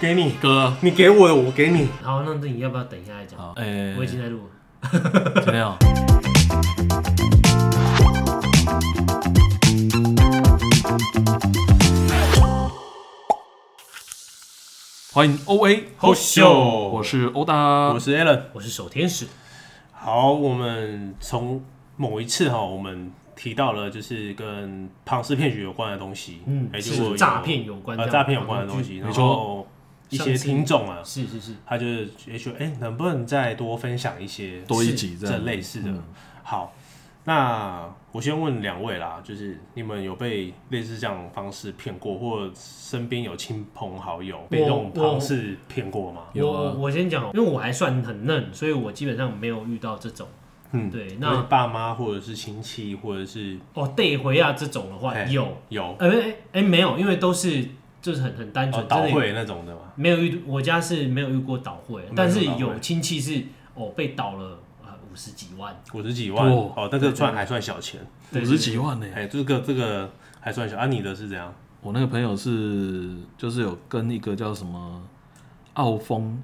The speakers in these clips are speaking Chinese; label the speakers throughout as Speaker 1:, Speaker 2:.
Speaker 1: 给你，
Speaker 2: 哥，
Speaker 1: 你给我的，我给你。
Speaker 3: 好，那那你要不要等一下再讲？
Speaker 2: 好，哎，
Speaker 3: 我已经在录了。
Speaker 2: 怎么样？欢迎 O A
Speaker 1: 好秀
Speaker 2: 我是欧达
Speaker 1: 我，是 Alan。
Speaker 3: 我是守天使，
Speaker 1: 好，我们从某一次哈，我们提到了就是跟庞氏骗局有关的东西，
Speaker 3: 嗯
Speaker 1: 哎，就是有
Speaker 3: 诈骗有关
Speaker 1: 呃
Speaker 3: 的，
Speaker 1: 诈骗有关的东西，
Speaker 2: 没
Speaker 1: 然
Speaker 2: 错
Speaker 1: 后一些听众啊，
Speaker 3: 是是是，
Speaker 1: 他就是也许哎，能不能再多分享一些
Speaker 2: 多一集这
Speaker 1: 这
Speaker 2: 样
Speaker 1: 类似的
Speaker 2: 嗯？
Speaker 1: 好，那我先问两位啦，就是你们有被类似这样的方式骗过，或身边有亲朋好友被这种
Speaker 3: 我我
Speaker 1: 方式骗过吗？
Speaker 2: 有
Speaker 3: 我
Speaker 2: 啊
Speaker 3: 我先讲，因为我还算很嫩，所以我基本上没有遇到这种
Speaker 1: 嗯，
Speaker 3: 对
Speaker 1: 或是
Speaker 3: 那
Speaker 1: 爸妈或者是亲戚或者是
Speaker 3: 哦带回啊这种的话
Speaker 1: 哎
Speaker 3: 有，
Speaker 1: 有
Speaker 3: 呃哎哎没有，因为都是就是很很单
Speaker 1: 哦
Speaker 3: 纯，
Speaker 1: 倒
Speaker 3: 真的
Speaker 1: 会那种的嘛，
Speaker 3: 没有遇，我家是没有遇过倒会
Speaker 1: 没，有
Speaker 3: 但是
Speaker 1: 倒会
Speaker 3: 有亲戚是哦被倒了呃五十几万，
Speaker 1: 五十几万
Speaker 2: 哦
Speaker 1: 哦，那个算还算小钱，
Speaker 2: 五
Speaker 3: 对
Speaker 2: 十几万呢、
Speaker 1: 哎，这个这个还算小啊，你的是怎样？
Speaker 2: 我那个朋友是就是有跟一个叫什么澳丰，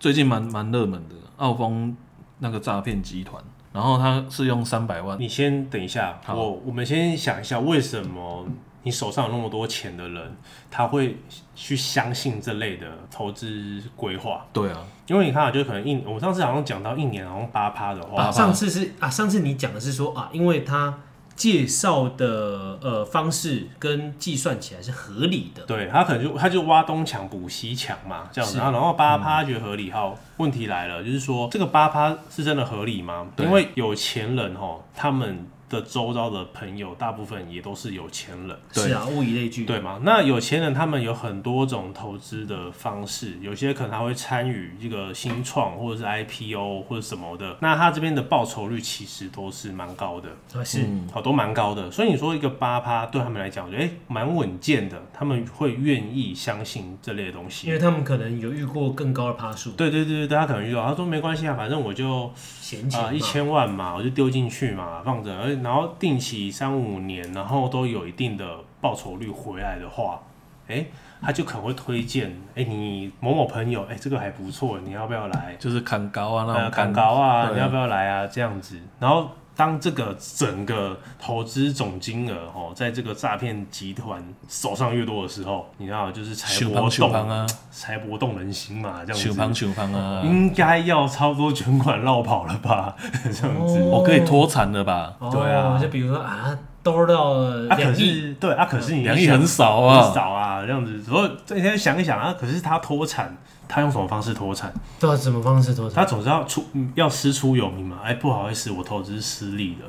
Speaker 2: 最近蛮蛮热门的澳丰那个诈骗集团，然后他是用三百万，
Speaker 1: 你先等一下，
Speaker 2: 嗯好
Speaker 1: 我我们先想一下，为什么你手上有那么多钱的人，他会去相信这类的投资规划？
Speaker 2: 对啊，
Speaker 1: 因为你看啊，就可能一，我上次好像讲到一年好像八趴的
Speaker 2: 八
Speaker 1: 话，
Speaker 2: 趴
Speaker 3: 上次是啊，上次你讲的是说啊，因为他介绍的呃方式跟计算起来是合理的，
Speaker 1: 对他可能就他就挖东墙补西墙嘛，这样子，
Speaker 3: 是
Speaker 1: 然后然后八
Speaker 2: 嗯
Speaker 1: 趴觉得合理，好，问题来了，就是说这个八趴是真的合理吗？
Speaker 2: 对
Speaker 1: 因为有钱人哦，他们的周遭的朋友大部分也都是有钱人。
Speaker 2: 对
Speaker 3: 是啊，物以类聚，
Speaker 1: 嗯对嘛？那有钱人他们有很多种投资的方式，有些可能他会参与一个新创或者是 IPO 或者什么的，那他这边的报酬率其实都是蛮高的，
Speaker 3: 啊是
Speaker 1: 好、都蛮高的。所以你说一个八趴对他们来讲，我觉得哎蛮稳健的，他们会愿意相信这类的东
Speaker 3: 因
Speaker 1: 西
Speaker 3: 为。他们可能有遇过更高的趴数，
Speaker 1: 对对对对，大家可能遇到，他说没关系啊，反正我就
Speaker 3: 闲钱
Speaker 1: 啊、
Speaker 3: 嘛
Speaker 1: 一千万嘛，我就丢进去嘛，放着，而然后定期三五年，然后都有一定的报酬率回来的话，哎、他就可能会推荐，哎、你某某朋友，哎、这个还不错，你要不要来？
Speaker 2: 就是砍高啊那
Speaker 1: 呃，
Speaker 2: 种
Speaker 1: 砍高啊，
Speaker 2: 对
Speaker 1: 你要不要来啊？这样子，然后当这个整个投资总金额哦，在这个诈骗集团手上越多的时候，你知道，就是财
Speaker 2: 手啊哎
Speaker 1: 搏
Speaker 2: 旁手
Speaker 1: 动
Speaker 2: 旁啊，
Speaker 1: 财搏动人心嘛，这样
Speaker 2: 手
Speaker 1: 子，
Speaker 2: 旁手旁啊，
Speaker 1: 应该要差不多全款绕跑了吧？ 这样子。哦
Speaker 2: 我哦可以脱产了吧？
Speaker 3: 哦，
Speaker 1: 对啊
Speaker 3: 就比如说啊，兜到了
Speaker 1: 啊，可
Speaker 3: 两亿，
Speaker 1: 是对啊，可是你
Speaker 2: 两亿
Speaker 1: 想
Speaker 2: 很少
Speaker 1: 很
Speaker 2: 嗯啊，
Speaker 1: 少啊，这样子。所以这天想一想啊，可是他脱产，他用什么方式脱产？
Speaker 3: 对啊，什么方式多少？
Speaker 1: 他总是要出嗯要师出有名嘛。哎，不好意思，我投资失利了，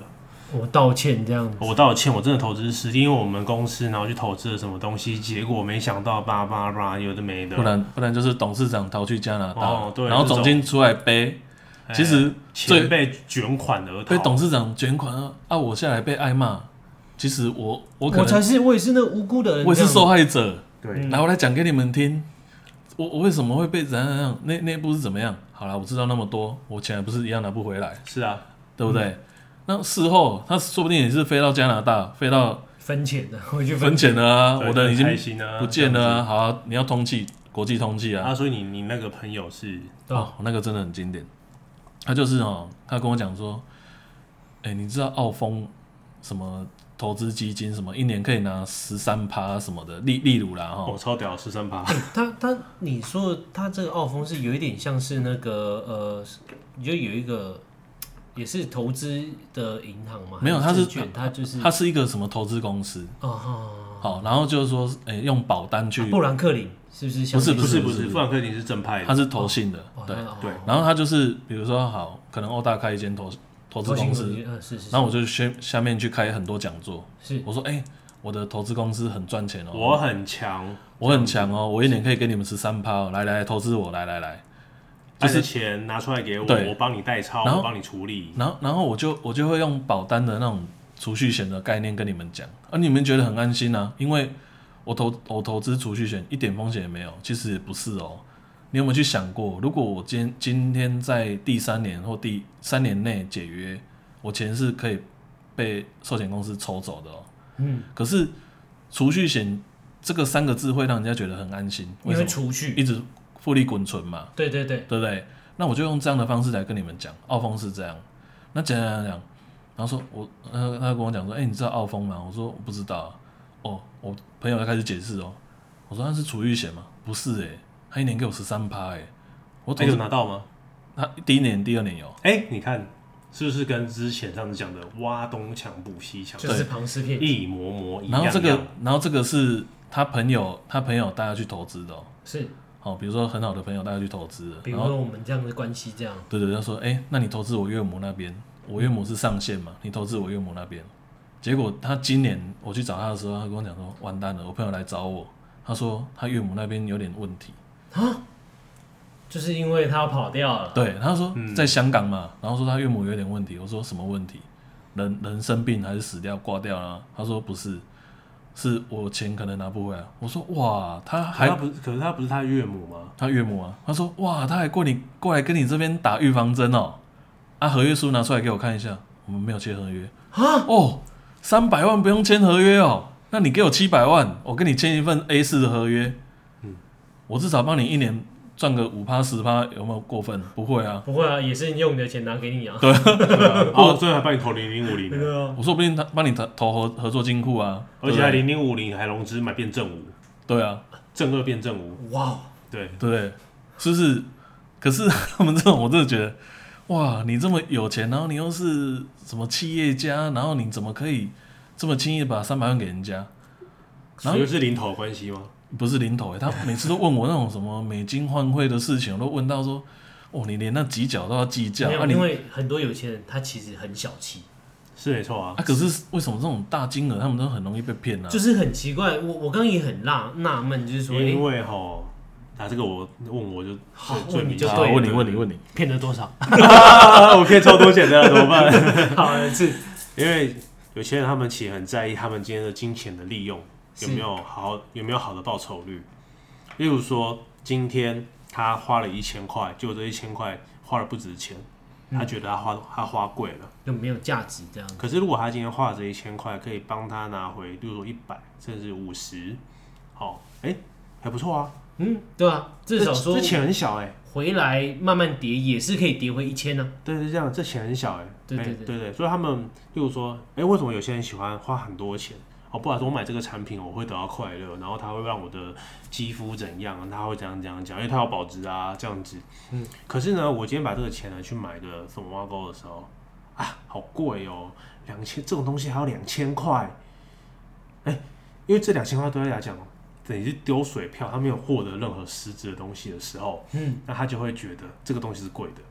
Speaker 3: 我道歉这样子，
Speaker 1: 我道歉，我真的投资失利，因为我们公司然后去投资了什么东西，结果没想到叭叭叭，有的没的。
Speaker 2: 不然不然就是董事长逃去加拿大，
Speaker 1: 哦对
Speaker 2: 然后总监出来背，
Speaker 1: 哎
Speaker 2: 其实
Speaker 1: 钱
Speaker 2: 最
Speaker 1: 被卷款而逃，
Speaker 2: 被董事长卷款啊，啊我下来被挨骂，其实我我
Speaker 3: 我
Speaker 2: 可
Speaker 3: 才
Speaker 2: 能
Speaker 3: 是我也是那无辜的人，
Speaker 2: 我也是
Speaker 3: 这样嗯
Speaker 2: 受害者。
Speaker 1: 对，
Speaker 2: 来，我来讲给你们听，我我为什么会被怎样怎样，内内部是怎么样？好了，我知道那么多，我钱还不是一样拿不回来，
Speaker 1: 是啊，
Speaker 2: 对不对？那事后他说不定也是飞到加拿大，飞到
Speaker 3: 分钱的，回去
Speaker 2: 分钱了啊，
Speaker 1: 对
Speaker 2: 我的已经
Speaker 1: 很开心啊，
Speaker 2: 不见了
Speaker 1: 这样
Speaker 2: 啊。好啊你要通气，国际通气
Speaker 1: 子。
Speaker 2: 啊。
Speaker 1: 啊，所以你你那个朋友是
Speaker 3: 对啊
Speaker 2: 哦，那个真的很经典。他就是哦，他跟我讲说，哎、你知道澳丰什么投资基金什么一年可以拿十三趴什么的，例例如啦哦
Speaker 3: 哦
Speaker 2: 哈、
Speaker 1: 我超屌十三趴，
Speaker 3: 他他，你说他这个澳风是有一点像是那个呃，你就有一个也是投资的银行嘛？
Speaker 2: 没有
Speaker 3: 还
Speaker 2: 它是
Speaker 3: 证券，他就是
Speaker 2: 他是一个什么投资公司，
Speaker 3: 哦，啊
Speaker 2: 好、然后就是说，哎、用保单去，
Speaker 3: 布兰克林是不是像
Speaker 2: 不是
Speaker 3: 那
Speaker 1: 不
Speaker 3: 个？
Speaker 1: 是
Speaker 2: 不
Speaker 1: 不
Speaker 2: 是
Speaker 1: 是，富兰克林是正派的
Speaker 2: 他。是投信的，
Speaker 3: 哦
Speaker 2: 对。
Speaker 3: 它
Speaker 1: 对
Speaker 2: 然后他就是比如说好，可能欧大开一间投投资公，
Speaker 3: 哦投
Speaker 2: 司，
Speaker 3: 信嗯，是是是
Speaker 2: 然后我就先下面去开很多讲座，
Speaker 3: 是，
Speaker 2: 我说，哎、我的投资公司很赚钱哦，
Speaker 1: 我很强，
Speaker 2: 我很强哦，我一年可以给你们十三趴，哦来来投资我，来来来。
Speaker 1: 就
Speaker 2: 就是是
Speaker 1: 钱拿出来给我，
Speaker 2: 对
Speaker 1: 我帮你代抄，
Speaker 2: 然后
Speaker 1: 我帮你处理。
Speaker 2: 然后然后我就我就会用保单的那种储蓄险的概念跟你们讲，而、你们觉得很安心啊，因为我投我投资储蓄险一点风险也没有，其实也不是哦。你有没有去想过，如果我今今天在第三年或第三年内解约，我钱是可以被寿险公司抽走的哦。
Speaker 3: 嗯，
Speaker 2: 可是储蓄险这个三个字会让人家觉得很安心，
Speaker 3: 因
Speaker 2: 为什
Speaker 3: 为
Speaker 2: 么？
Speaker 3: 储蓄，
Speaker 2: 一直复利滚存嘛，
Speaker 3: 对对对，
Speaker 2: 对不对？那我就用这样的方式来跟你们讲，澳丰是这样。那简单讲讲，然后说我，呃，他跟我讲说，哎、你知道澳丰吗？我说我不知道、啊。哦，我朋友就开始解释哦，我说他是储蓄险吗？不是哎、他一年给我十三趴哎，我
Speaker 1: 哎、
Speaker 2: 投
Speaker 1: 有
Speaker 2: 资
Speaker 1: 拿到吗？
Speaker 2: 他第一年、第二年有，
Speaker 1: 哎、你看是不是跟之前上次讲的挖东墙补西墙
Speaker 3: 就是庞氏骗局，
Speaker 1: 一模模一
Speaker 2: 然
Speaker 1: 样样？
Speaker 2: 后这个，然后这个是他朋友，他朋友带他去投资的哦，
Speaker 3: 是，
Speaker 2: 好、比如说很好的朋友带他去投资的，
Speaker 3: 比如
Speaker 2: 然后
Speaker 3: 说我们这样的关系这样，
Speaker 2: 对对，他说，哎、那你投资我岳母那边，我岳母是上线嘛，你投资我岳母那边。结果他今年我去找他的时候，他跟我讲说，完蛋了，我朋友来找我，他说他岳母那边有点问题，
Speaker 3: 就是因为他跑掉了，
Speaker 2: 对，他说
Speaker 1: 嗯
Speaker 2: 在香港嘛，然后说他岳母有点问题，我说什么问题？人人生病还是死掉挂掉了？他说不是，是我钱可能拿不回来。我说哇，他
Speaker 1: 可
Speaker 2: 还
Speaker 1: 是他不是，可是他不是他岳母 吗？
Speaker 2: 他岳母啊，他说哇，他还过你过来跟你这边打预防针哦，啊，合约书拿出来给我看一下，我们没有签合约啊，哦，三百万不用签合约哦，那你给我七百万，我跟你签一份 A 四的合约，嗯，我至少帮你一年赚个五趴十趴，有没有过分？不会啊，
Speaker 3: 不会啊，也是用你的钱拿给你啊，
Speaker 1: 对啊，哦，最后还帮你投零零五零，
Speaker 3: 对啊，
Speaker 2: 我说不定他帮你投投合合作金库啊，
Speaker 1: 而且还
Speaker 2: 对不对
Speaker 1: 零零五零还融资买变正五，
Speaker 2: 对啊，
Speaker 1: 正二变正五，
Speaker 3: 哇，哦
Speaker 1: 对，
Speaker 2: 对不对？是不是？可是 他们这种，我真的觉得，哇，你这么有钱，然后你又是什么企业家，然后你怎么可以这么轻易地把三百万给人家？
Speaker 1: 所
Speaker 2: 然后
Speaker 1: 以是零头的关系吗？
Speaker 2: 不是零头欸，他每次都问我那种什么美金换汇的事情，我都问到说，哦，你连那几角都要计较
Speaker 3: 没有
Speaker 2: 啊你
Speaker 3: 因为很多有钱人他其实很小气，
Speaker 1: 是没错啊
Speaker 2: 啊，，可是为什么这种大金额他们都很容易被
Speaker 1: 嗯
Speaker 2: 骗呢、啊
Speaker 3: 就？是很奇怪，我我刚刚也很纳纳闷，就是说，
Speaker 1: 因
Speaker 3: 哎，
Speaker 1: 为哈，啊，这个我问我就
Speaker 3: 好
Speaker 1: 最最
Speaker 3: 问你
Speaker 1: 明
Speaker 3: 就
Speaker 1: 显
Speaker 2: 好，
Speaker 3: 对
Speaker 2: 啊问你，问你，问你，
Speaker 3: 骗了多少？
Speaker 1: 啊，我可以超多钱的，怎么办？
Speaker 3: 好是
Speaker 1: 因为有些人他们其实很在意他们今天的金钱的利用有
Speaker 3: 是
Speaker 1: 没有好，有没有好的报酬率。例如说，今天他花了一千块，就这一千块花了不值钱，
Speaker 3: 嗯
Speaker 1: 他觉得他花他花贵了。
Speaker 3: 就 没有价值这样，
Speaker 1: 可是如果他今天花了这一千块，可以帮他拿回，例如说一百甚至五十，好，哎，还不错啊。
Speaker 3: 嗯，对啊，至少说
Speaker 1: 这这钱很小哎、
Speaker 3: 回来慢慢叠也是可以叠回一千呢，
Speaker 1: 对，是这样，这钱很小哎、欸，
Speaker 3: 对
Speaker 1: 没
Speaker 3: 对
Speaker 1: 对
Speaker 3: 对
Speaker 1: 所以他们，例如说，哎、为什么有些人喜欢花很多钱？哦，不然说我买这个产品我会得到快乐，然后它会让我的肌肤怎样，它会怎样怎样讲，因为它有保值啊，这样子。嗯。可是呢，我今天把这个钱呢去买个什么挖沟的时候，啊，好贵哦，两千这种东西还要两千块，哎、因为这两千块对他来讲，等于是丢水漂，他没有获得任何实质的东西的时候，
Speaker 3: 嗯，
Speaker 1: 那他就会觉得这个东西是贵的。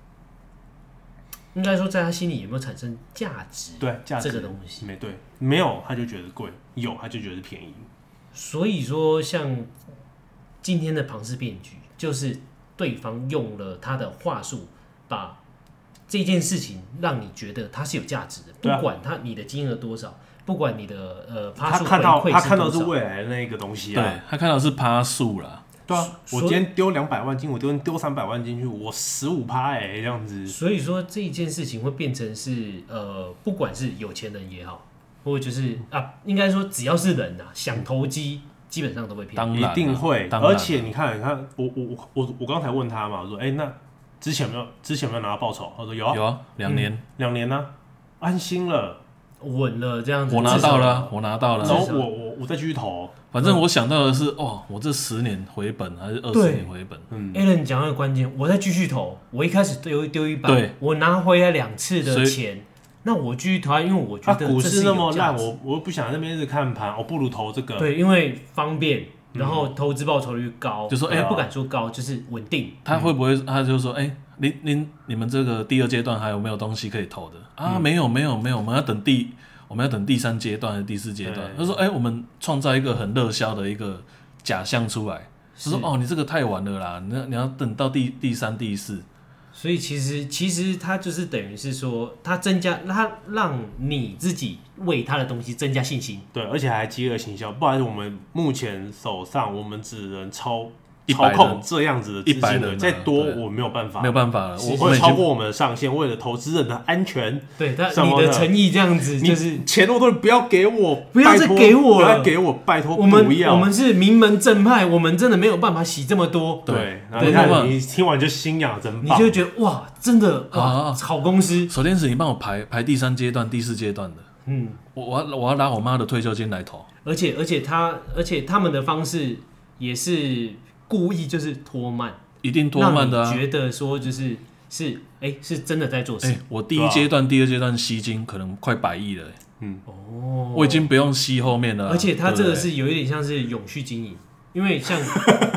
Speaker 3: 应该说在他心里有没有产生价值？
Speaker 1: 对，价值
Speaker 3: 这个东西
Speaker 1: 没对，没有他就觉得贵，有他就觉得便宜。
Speaker 3: 所以说，像今天的庞氏骗局，就是对方用了他的话术，把这件事情让你觉得它是有价值的，
Speaker 1: 对啊
Speaker 3: 不管他你的金额多少，不管你的呃趴
Speaker 1: 他
Speaker 3: 数
Speaker 1: 看到
Speaker 3: 回馈
Speaker 1: 他看到
Speaker 3: 多
Speaker 1: 是
Speaker 3: 少
Speaker 1: 未来的那一个东西啊
Speaker 2: 对。他看到是趴数啦，
Speaker 1: 对啊，我
Speaker 3: 所
Speaker 1: 今天丢两百万进，我丢丢三百万进去，我十五趴哎，这样子。
Speaker 3: 所以说这一件事情会变成是呃，不管是有钱人也好，或者就是啊，应该说只要是人啊，想投机基本上都会骗。
Speaker 2: 当
Speaker 1: 一
Speaker 2: 然啊
Speaker 1: 定会，
Speaker 2: 当然啊
Speaker 1: 而且你看，你看，我我我我我刚才问他嘛，我说，哎、那之前有没有之前有没有拿到报酬？他说有啊，
Speaker 2: 有啊，
Speaker 3: 嗯
Speaker 2: 两年、
Speaker 1: 两年呢、安心了。
Speaker 3: 稳了这样子，
Speaker 2: 我拿
Speaker 3: 至少
Speaker 2: 到了啊，我拿到了
Speaker 1: 然
Speaker 2: 啊，
Speaker 1: 后我我我再继续投，
Speaker 2: 反正我想到的是，哦，我这十年回本还是二十
Speaker 3: 对
Speaker 2: 年回本，
Speaker 1: 嗯，
Speaker 3: Alan 讲到的关键，我再继续投，我一开始丢丢一
Speaker 2: 对
Speaker 3: 百，我拿回来两次
Speaker 2: 所
Speaker 3: 的
Speaker 2: 以
Speaker 3: 钱，那我继续投啊，因为我觉
Speaker 1: 啊，
Speaker 3: 得
Speaker 1: 股
Speaker 3: 这
Speaker 1: 市
Speaker 3: 是
Speaker 1: 那
Speaker 3: 有
Speaker 1: 么
Speaker 3: 价
Speaker 1: 烂，
Speaker 3: 值
Speaker 1: 我我不想在那边一直看盘，我不如投这个。
Speaker 3: 对，因为方便，然后投资报酬率高，
Speaker 2: 嗯就说
Speaker 1: 哎呀
Speaker 3: 不敢说高，就是稳定，
Speaker 2: 他会不会他就说，哎、您您你们这个第二阶段还有没有东西可以投的啊？
Speaker 1: 嗯
Speaker 2: 没有没有没有，我们要等第我们要等第三阶段还是第四阶段
Speaker 1: 对？
Speaker 2: 他说，哎、我们创造一个很热销的一个假象出来，他说，哦，你这个太晚了啦，你要你要等到第第三第四，
Speaker 3: 所以其实其实它就是等于是说，它增加它让你自己为它的东西增加信心，
Speaker 1: 对，而且还饥饿行销，不然我们目前手上我们只能超
Speaker 2: 一
Speaker 1: 操
Speaker 2: 百
Speaker 1: 控
Speaker 2: 人，
Speaker 1: 这样子的资
Speaker 2: 100
Speaker 1: 金
Speaker 2: 人
Speaker 1: 流，
Speaker 2: 啊
Speaker 1: 再多
Speaker 2: 对
Speaker 1: 我没有办法，
Speaker 2: 没有办法了，我
Speaker 1: 我
Speaker 2: 们
Speaker 1: 会
Speaker 2: 已
Speaker 1: 啊超
Speaker 2: 经
Speaker 1: 过我们的上限，为了投资人的安全，
Speaker 3: 对，但
Speaker 1: 什
Speaker 3: 你
Speaker 1: 么
Speaker 3: 的
Speaker 1: 呢
Speaker 3: 诚意这样子
Speaker 1: 你
Speaker 3: 就是。
Speaker 1: 钱我都不要给我，
Speaker 3: 不要
Speaker 1: 拜
Speaker 3: 再
Speaker 1: 托
Speaker 3: 给我
Speaker 1: 不要
Speaker 3: 了
Speaker 1: 给我，拜托
Speaker 3: 我们
Speaker 1: 不要。
Speaker 3: 我们是名门正派，我们真的没有办法洗这么多，
Speaker 1: 对，然后
Speaker 2: 对
Speaker 1: 你
Speaker 2: 那么
Speaker 1: 看你听完就心痒，真
Speaker 3: 你
Speaker 1: 棒
Speaker 3: 就。会觉得哇，真的
Speaker 2: 啊
Speaker 3: 哇，
Speaker 2: 啊
Speaker 3: 好公司，
Speaker 2: 首先是你帮我排排第三阶段、第四阶段的，
Speaker 3: 嗯，
Speaker 2: 我我要我要拿我妈的退休金来投，
Speaker 3: 而且而且他而且他们的方式也是故意就是拖慢，
Speaker 2: 一定多
Speaker 3: 让
Speaker 2: 慢的
Speaker 3: 你
Speaker 2: 啊。
Speaker 3: 觉得说就是是哎、是真的在做
Speaker 2: 哎、
Speaker 3: 事、
Speaker 2: 我第
Speaker 1: 对
Speaker 2: 一
Speaker 1: 啊
Speaker 2: 阶段、第二阶段吸金可能快百亿了、欸
Speaker 3: 哦，
Speaker 2: 我已经不用吸后面了啊、
Speaker 3: 而且他这
Speaker 2: 对
Speaker 3: 个
Speaker 2: 不对
Speaker 3: 是有一点像是永续经营，因为像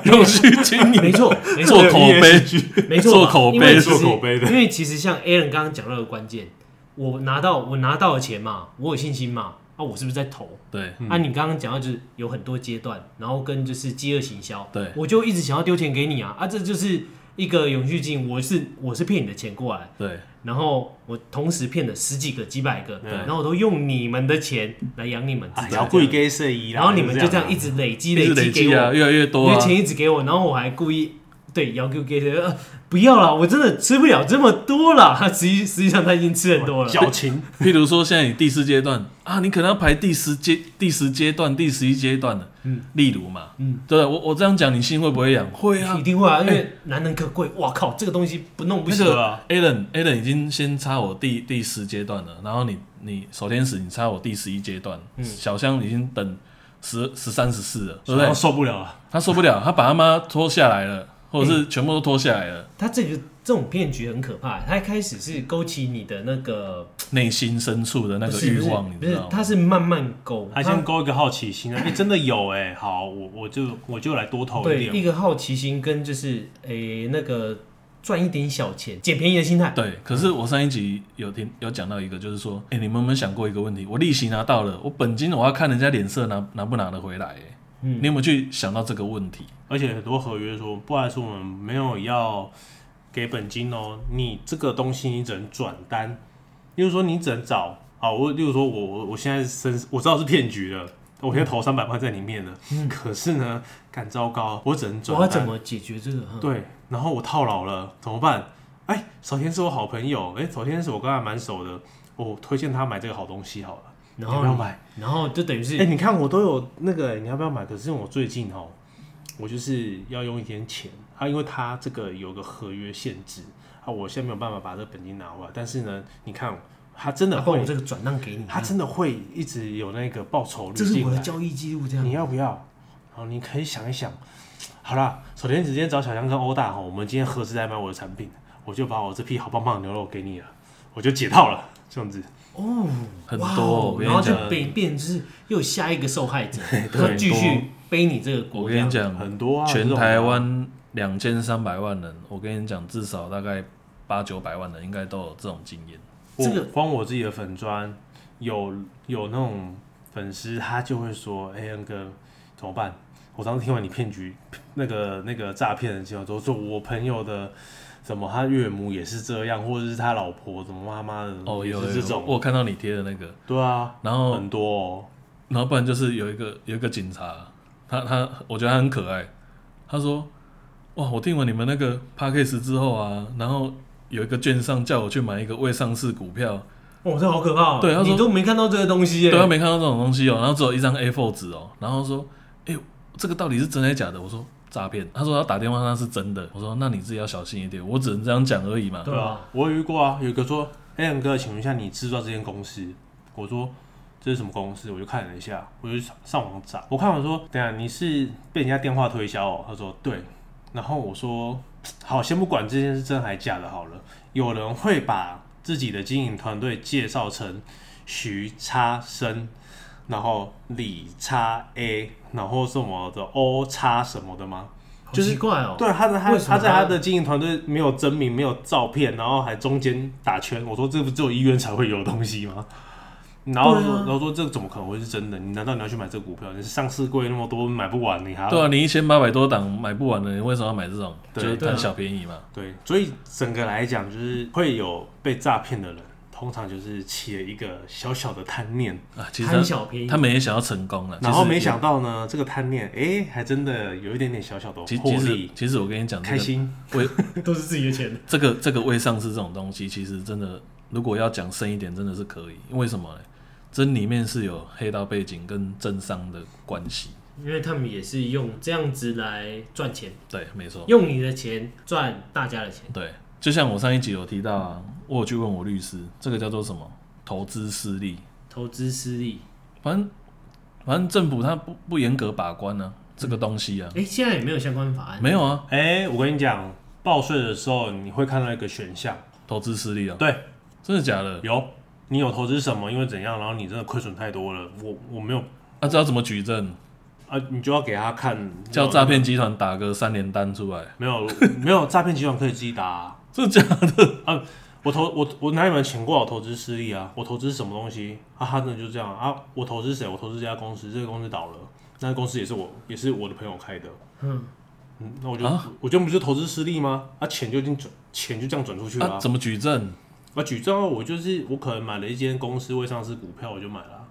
Speaker 2: 永续经
Speaker 3: 没
Speaker 2: 营，
Speaker 3: 错没
Speaker 2: 做
Speaker 3: 错
Speaker 2: 口
Speaker 1: ，E
Speaker 2: 碑，
Speaker 3: 没错
Speaker 2: 做口碑
Speaker 3: 因为其
Speaker 1: 做
Speaker 3: 实
Speaker 1: 口碑的
Speaker 3: 因为其实像 Aaron 刚刚讲到的关键，我拿到我拿到了钱嘛，我有信心嘛，啊，我是不是在投？
Speaker 2: 对
Speaker 3: 啊，你刚刚讲到就是有很多阶段，然后跟就是饥饿行销，
Speaker 2: 对
Speaker 3: 我就一直想要丢钱给你啊，啊，这就是一个永续经营，我是我是骗你的钱过来，
Speaker 2: 对
Speaker 3: 然后我同时骗了十几个、几百个，
Speaker 2: 嗯
Speaker 1: 对
Speaker 3: 然后我都用你们的钱来养你们自
Speaker 1: 啊，
Speaker 2: 哎
Speaker 3: 己，
Speaker 1: 要贵给谁一啦？
Speaker 3: 然后你们就这
Speaker 1: 这啊
Speaker 3: 样一直累积
Speaker 2: 啊一直
Speaker 3: 积
Speaker 2: 累
Speaker 3: 给
Speaker 2: 积
Speaker 3: 我，
Speaker 2: 啊，越来越多
Speaker 3: 因为
Speaker 2: 啊。
Speaker 3: 钱一直给我，然后我还故意对要求给谁、呃，不要了，我真的吃不了这么多了。他 实际实际上他已经吃很多了，
Speaker 1: 矫情，
Speaker 2: 譬如说，现在你第四阶段啊，你可能要排第十阶、第十阶段、第十一阶段的，嗯，例如嘛，嗯，对我我这样讲，你心会不会痒？会啊
Speaker 3: 一。定会啊，因为难能可贵。哇靠，这个东西不弄不
Speaker 2: 那
Speaker 3: 行。
Speaker 1: 对
Speaker 2: 个
Speaker 1: 啊
Speaker 2: Alan Alan 已经先插我第第十阶段了，然后你你守天使你插我第十一阶段，
Speaker 3: 嗯
Speaker 2: 小香已经等十十三十四了，对
Speaker 1: 然
Speaker 2: 不对
Speaker 1: 后？受不了啊了。
Speaker 2: 他受不了，他把他妈拖下来了，或者是全部都拖下来了，
Speaker 3: 他这个这种骗局很可怕，他一开始是勾起你的那个
Speaker 2: 内心深处的那
Speaker 3: 不
Speaker 2: 个
Speaker 3: 是
Speaker 2: 欲
Speaker 3: 不是
Speaker 2: 望，你
Speaker 3: 不
Speaker 2: 知
Speaker 3: 是
Speaker 2: 道，吗
Speaker 3: 他？是慢慢勾，
Speaker 1: 他
Speaker 3: 他
Speaker 1: 先勾一个好奇心啊，哎，真的有哎，好，我我就我就来多投
Speaker 3: 对
Speaker 1: 一
Speaker 3: 一
Speaker 1: 点，
Speaker 3: 个好奇心跟就是诶、那个赚一点小钱、捡便宜的心态。
Speaker 2: 对，可是我上一集有听有讲到一个，就是说，哎、你们有没有想过一个问题？我利息拿到了，我本金我要看人家脸色拿拿不拿得回来、欸。
Speaker 3: 嗯
Speaker 2: 你有没有去想到这个问题？
Speaker 1: 而且很多合约说，不然说我们没有要给本金哦，你这个东西你只能转单，例如说你只能找啊，我例如说我我我现在身我知道是骗局了，我现在投三百万在里面了，可是呢，干糟糕，我只能
Speaker 3: 嗯我
Speaker 1: 转
Speaker 3: 要
Speaker 1: 单，
Speaker 3: 怎么解决这个？哈
Speaker 1: 对，然后我套牢了，怎么办？哎，首先是我好朋友，哎，首先是我跟他蛮熟的，我推荐他买这个好东西好了，
Speaker 3: 然
Speaker 1: 你要
Speaker 3: 后
Speaker 2: 哎
Speaker 1: 不要买？
Speaker 3: 然后就等于是
Speaker 1: 哎、你看我都有那个、你要不要买？可是我最近哦，我就是要用一点钱，啊，因为他这个有个合约限制啊，我现在没有办法把这个本金拿回来，但是呢，你看他真的
Speaker 3: 啊不然
Speaker 1: 会
Speaker 3: 我，这个转让给你，
Speaker 1: 他真的会一直有那个报酬率
Speaker 3: 嗯这是
Speaker 1: 进
Speaker 3: 我的啊
Speaker 1: 来
Speaker 3: 交易记录，这样
Speaker 1: 你要不要？然后你可以想一想。好啦，首先直接找小香跟欧大哈，我们今天何时来买我的产品？我就把我这批好棒棒的牛肉给你了，我就解套了，这样子。
Speaker 3: 哦，
Speaker 2: 很
Speaker 3: 哇
Speaker 2: 多
Speaker 3: 哦
Speaker 2: 我跟你
Speaker 3: 然后就
Speaker 2: 讲
Speaker 3: 被变就是又下一个受害 者，
Speaker 2: 多
Speaker 3: 他继续背你这个
Speaker 2: 我
Speaker 3: 锅这
Speaker 2: 跟
Speaker 3: 样
Speaker 2: 你。讲，
Speaker 1: 很多啊，这
Speaker 2: 全
Speaker 1: 种
Speaker 2: 台湾两千三百万人，我跟你讲，至少大概八九百万人应该都有这种经验。
Speaker 1: 我
Speaker 3: 这个
Speaker 1: 光我自己的粉砖，有有那种粉丝，他就会说：“哎、恩哥，怎么办？”我当时听完你骗局 那个那个诈骗的结果，说说我朋友的怎么他岳母也是这样，或者是他老婆怎么妈妈的
Speaker 2: 哦，
Speaker 1: 也
Speaker 2: 有
Speaker 1: 是
Speaker 2: 有
Speaker 1: 这
Speaker 2: 有，
Speaker 1: 种，
Speaker 2: 我有看到你贴的那个，
Speaker 1: 对啊，
Speaker 2: 然后
Speaker 1: 很多、哦。
Speaker 2: 然后不然就是有一个有一个警察，他他我觉得他很可爱，他说：“哇，我听完你们那个 p a c k a g e 之后啊，然后有一个券商叫我去买一个未上市股票，
Speaker 3: 哇，这好可怕哦！
Speaker 2: 对他说
Speaker 3: 你都没看到这个东西耶
Speaker 2: 对，他没看到这种东西哦，然后只有一张 A4 纸哦，然后说：哎、这个到底是真的假的？我说诈骗，他说他打电话那是真的，我说那你自己要小心一点，我只能这样讲而已嘛。
Speaker 3: 对啊，
Speaker 1: 我有遇过啊，有一个说：“哎、恩哥，请问一下，你知不知道这间公司？”我说。这是什么公司？我就看了一下，我就上网找。我看我说，等一下你是被人家电话推销哦？他说对。然后我说，好，先不管这件事真还假的，好了。有人会把自己的经营团队介绍成徐叉生，然后李叉 A，然后什么的 O 叉什么的吗？
Speaker 3: 好
Speaker 1: 就是
Speaker 3: 奇怪哦。
Speaker 2: 啊
Speaker 1: 对，他的他
Speaker 3: 为什么
Speaker 1: 他在
Speaker 3: 他
Speaker 1: 他的经营团队没有真名，没有照片，然后还中间打圈。我说这不只有医院才会有的东西吗？然后
Speaker 3: 对
Speaker 1: 说，
Speaker 3: 啊
Speaker 1: 然后说这怎么可能会是真的？你难道你要去买这个股票？你是上市贵那么多买不完，你还要
Speaker 2: 对啊，你一千八百多档买不完的，你为什么要买这种？就
Speaker 1: 对
Speaker 2: 是
Speaker 3: 对啊
Speaker 2: 贪小便宜嘛。
Speaker 1: 对，所以整个来讲，就是会有被诈骗的人，通常就是起了一个小小的贪念，
Speaker 2: 啊，其实
Speaker 3: 贪
Speaker 2: 他
Speaker 3: 小便宜
Speaker 2: 他，们也想要成功了，
Speaker 1: 然后
Speaker 2: 呃其实
Speaker 1: 没想到呢，这个贪念，哎、还真的有一点点小小的
Speaker 2: 其
Speaker 1: 获
Speaker 2: 其实
Speaker 1: 利，
Speaker 2: 其实我跟你讲，
Speaker 1: 开
Speaker 2: 这个
Speaker 1: 心。
Speaker 2: 未
Speaker 3: 都是自己的钱。
Speaker 2: 这个这个未上市这种东西，其实真的如果要讲深一点，真的是可以。为什么呢？这里面是有黑道背景跟政商的关系。
Speaker 3: 因为他们也是用这样子来赚钱，
Speaker 2: 对，没错，
Speaker 3: 用你的钱赚大家的钱。
Speaker 2: 对。就像我上一集有提到啊，我有去问我律师，这个叫做什么？投资失利。
Speaker 3: 投资失利，
Speaker 2: 反正反正政府它不不严格把关呢、啊，这个东西啊，
Speaker 3: 哎、现在也没有相关法案。
Speaker 2: 没有啊，
Speaker 1: 哎、我跟你讲，报税的时候你会看到一个选项，
Speaker 2: 投资失利啊，
Speaker 1: 对，
Speaker 2: 真的假的？
Speaker 1: 有你有投资什么，因为怎样，然后你真的亏损太多了，我我没有
Speaker 2: 那、这要怎么举证？
Speaker 1: 啊，你就要给他看
Speaker 2: 叫诈骗集团打个三连单出来，
Speaker 1: 没有没有诈骗集团可以自己打啊、
Speaker 2: 真的假的？
Speaker 1: 我投我我哪有人请过我投资失利啊？我投资什么东西啊？他真的就这样啊？我投资谁？我投资这家公司，这个公司倒了，那个公司也是我也是我的朋友开的，
Speaker 3: 嗯，
Speaker 1: 嗯，那我就、
Speaker 2: 啊
Speaker 1: 我就不是投资失利吗？啊，钱就已经转钱就这样转出去了、
Speaker 2: 啊，
Speaker 1: 啊。
Speaker 2: 怎么举证？
Speaker 1: 啊，举证啊，我就是我可能买了一间公司未上市股票，我就买了啊。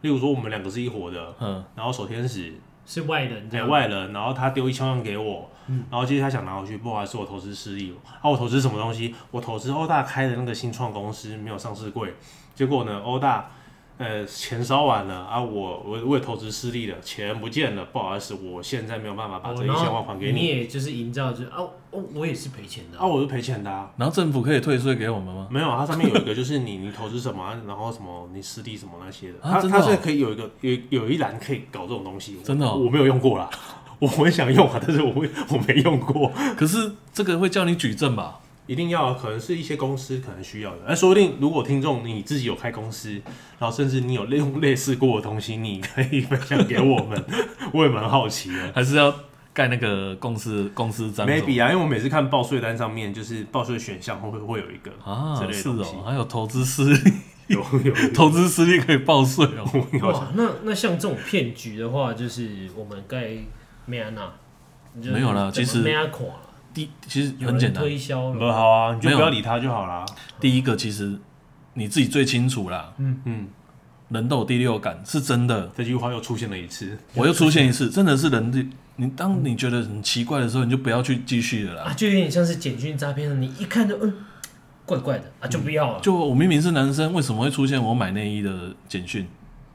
Speaker 1: 例如说我们两个是一伙的，
Speaker 2: 嗯，
Speaker 1: 然后守天使
Speaker 3: 是外人这
Speaker 1: 哎
Speaker 3: 样。
Speaker 1: 外人，然后他丢一千万给我，然后接着他想拿回去，不好意思，我投资失利了。啊，我投资什么东西？我投资欧大开的那个新创公司，没有上市柜。结果呢，欧大呃钱烧完了啊，我我我也投资失利了，钱不见了，不好意思，我现在没有办法把
Speaker 3: 哦
Speaker 1: 这一
Speaker 3: 然后
Speaker 1: 千万还给
Speaker 3: 你
Speaker 1: 你。
Speaker 3: 也就是营造就是啊，哦，我也是赔钱的
Speaker 1: 啊，我就赔钱的、啊。
Speaker 2: 然后政府可以退税给 我们吗？
Speaker 1: 没有，它上面有一个就是你你投资什么 啊，然后什么你实地什么那些的，
Speaker 2: 啊
Speaker 1: 它
Speaker 2: 真的
Speaker 1: 它
Speaker 2: 哦
Speaker 1: 是可以有一个有有一栏可以搞这种东西，我
Speaker 2: 真的哦
Speaker 1: 我没有用过啦， 我很想用啊，但是我没我没用过，
Speaker 2: 可是这个会叫你举证吧？
Speaker 1: 一定要可能是一些公司可能需要的，哎，说不定如果听众你自己有开公司，然后甚至你有类用类似过的东西，你可以分享给我们， 我也蛮好奇的。
Speaker 2: 还是要盖那个公司公司章什么
Speaker 1: maybe 啊，因为我每次看报税单上面，就是报税选项会会有一个之
Speaker 2: 啊？
Speaker 1: 类的
Speaker 2: 是
Speaker 1: 东西
Speaker 2: 哦，，还有投资失 利，
Speaker 1: 有有
Speaker 2: 投资失利可以报税 哦。
Speaker 1: 有有，
Speaker 3: 哇，那那像这种骗局的话，就是我们该没安娜，就是
Speaker 2: 没有啦
Speaker 3: 怎么
Speaker 2: 其实
Speaker 3: 没安垮了，
Speaker 2: 第其实
Speaker 3: 有
Speaker 2: 很
Speaker 3: 人
Speaker 2: 简单，嗯
Speaker 3: 推销
Speaker 1: 不
Speaker 3: 了，
Speaker 1: 好啊，你就
Speaker 2: 没有
Speaker 1: 不要理他就好啦。
Speaker 2: 第一个其实你自己最清楚啦。
Speaker 3: 嗯
Speaker 1: 嗯，
Speaker 2: 人都有第六感，是真的。
Speaker 1: 这句话又出现了一次。
Speaker 2: 我又出现一次，真的是人的。你当你觉得很奇怪的时候，你就不要去继续了
Speaker 3: 啊，
Speaker 2: 啦。
Speaker 3: 就有点像是简讯诈骗了，你一看就嗯，怪怪的啊，就不要了。
Speaker 2: 就我明明是男生，为什么会出现我买内衣的简讯？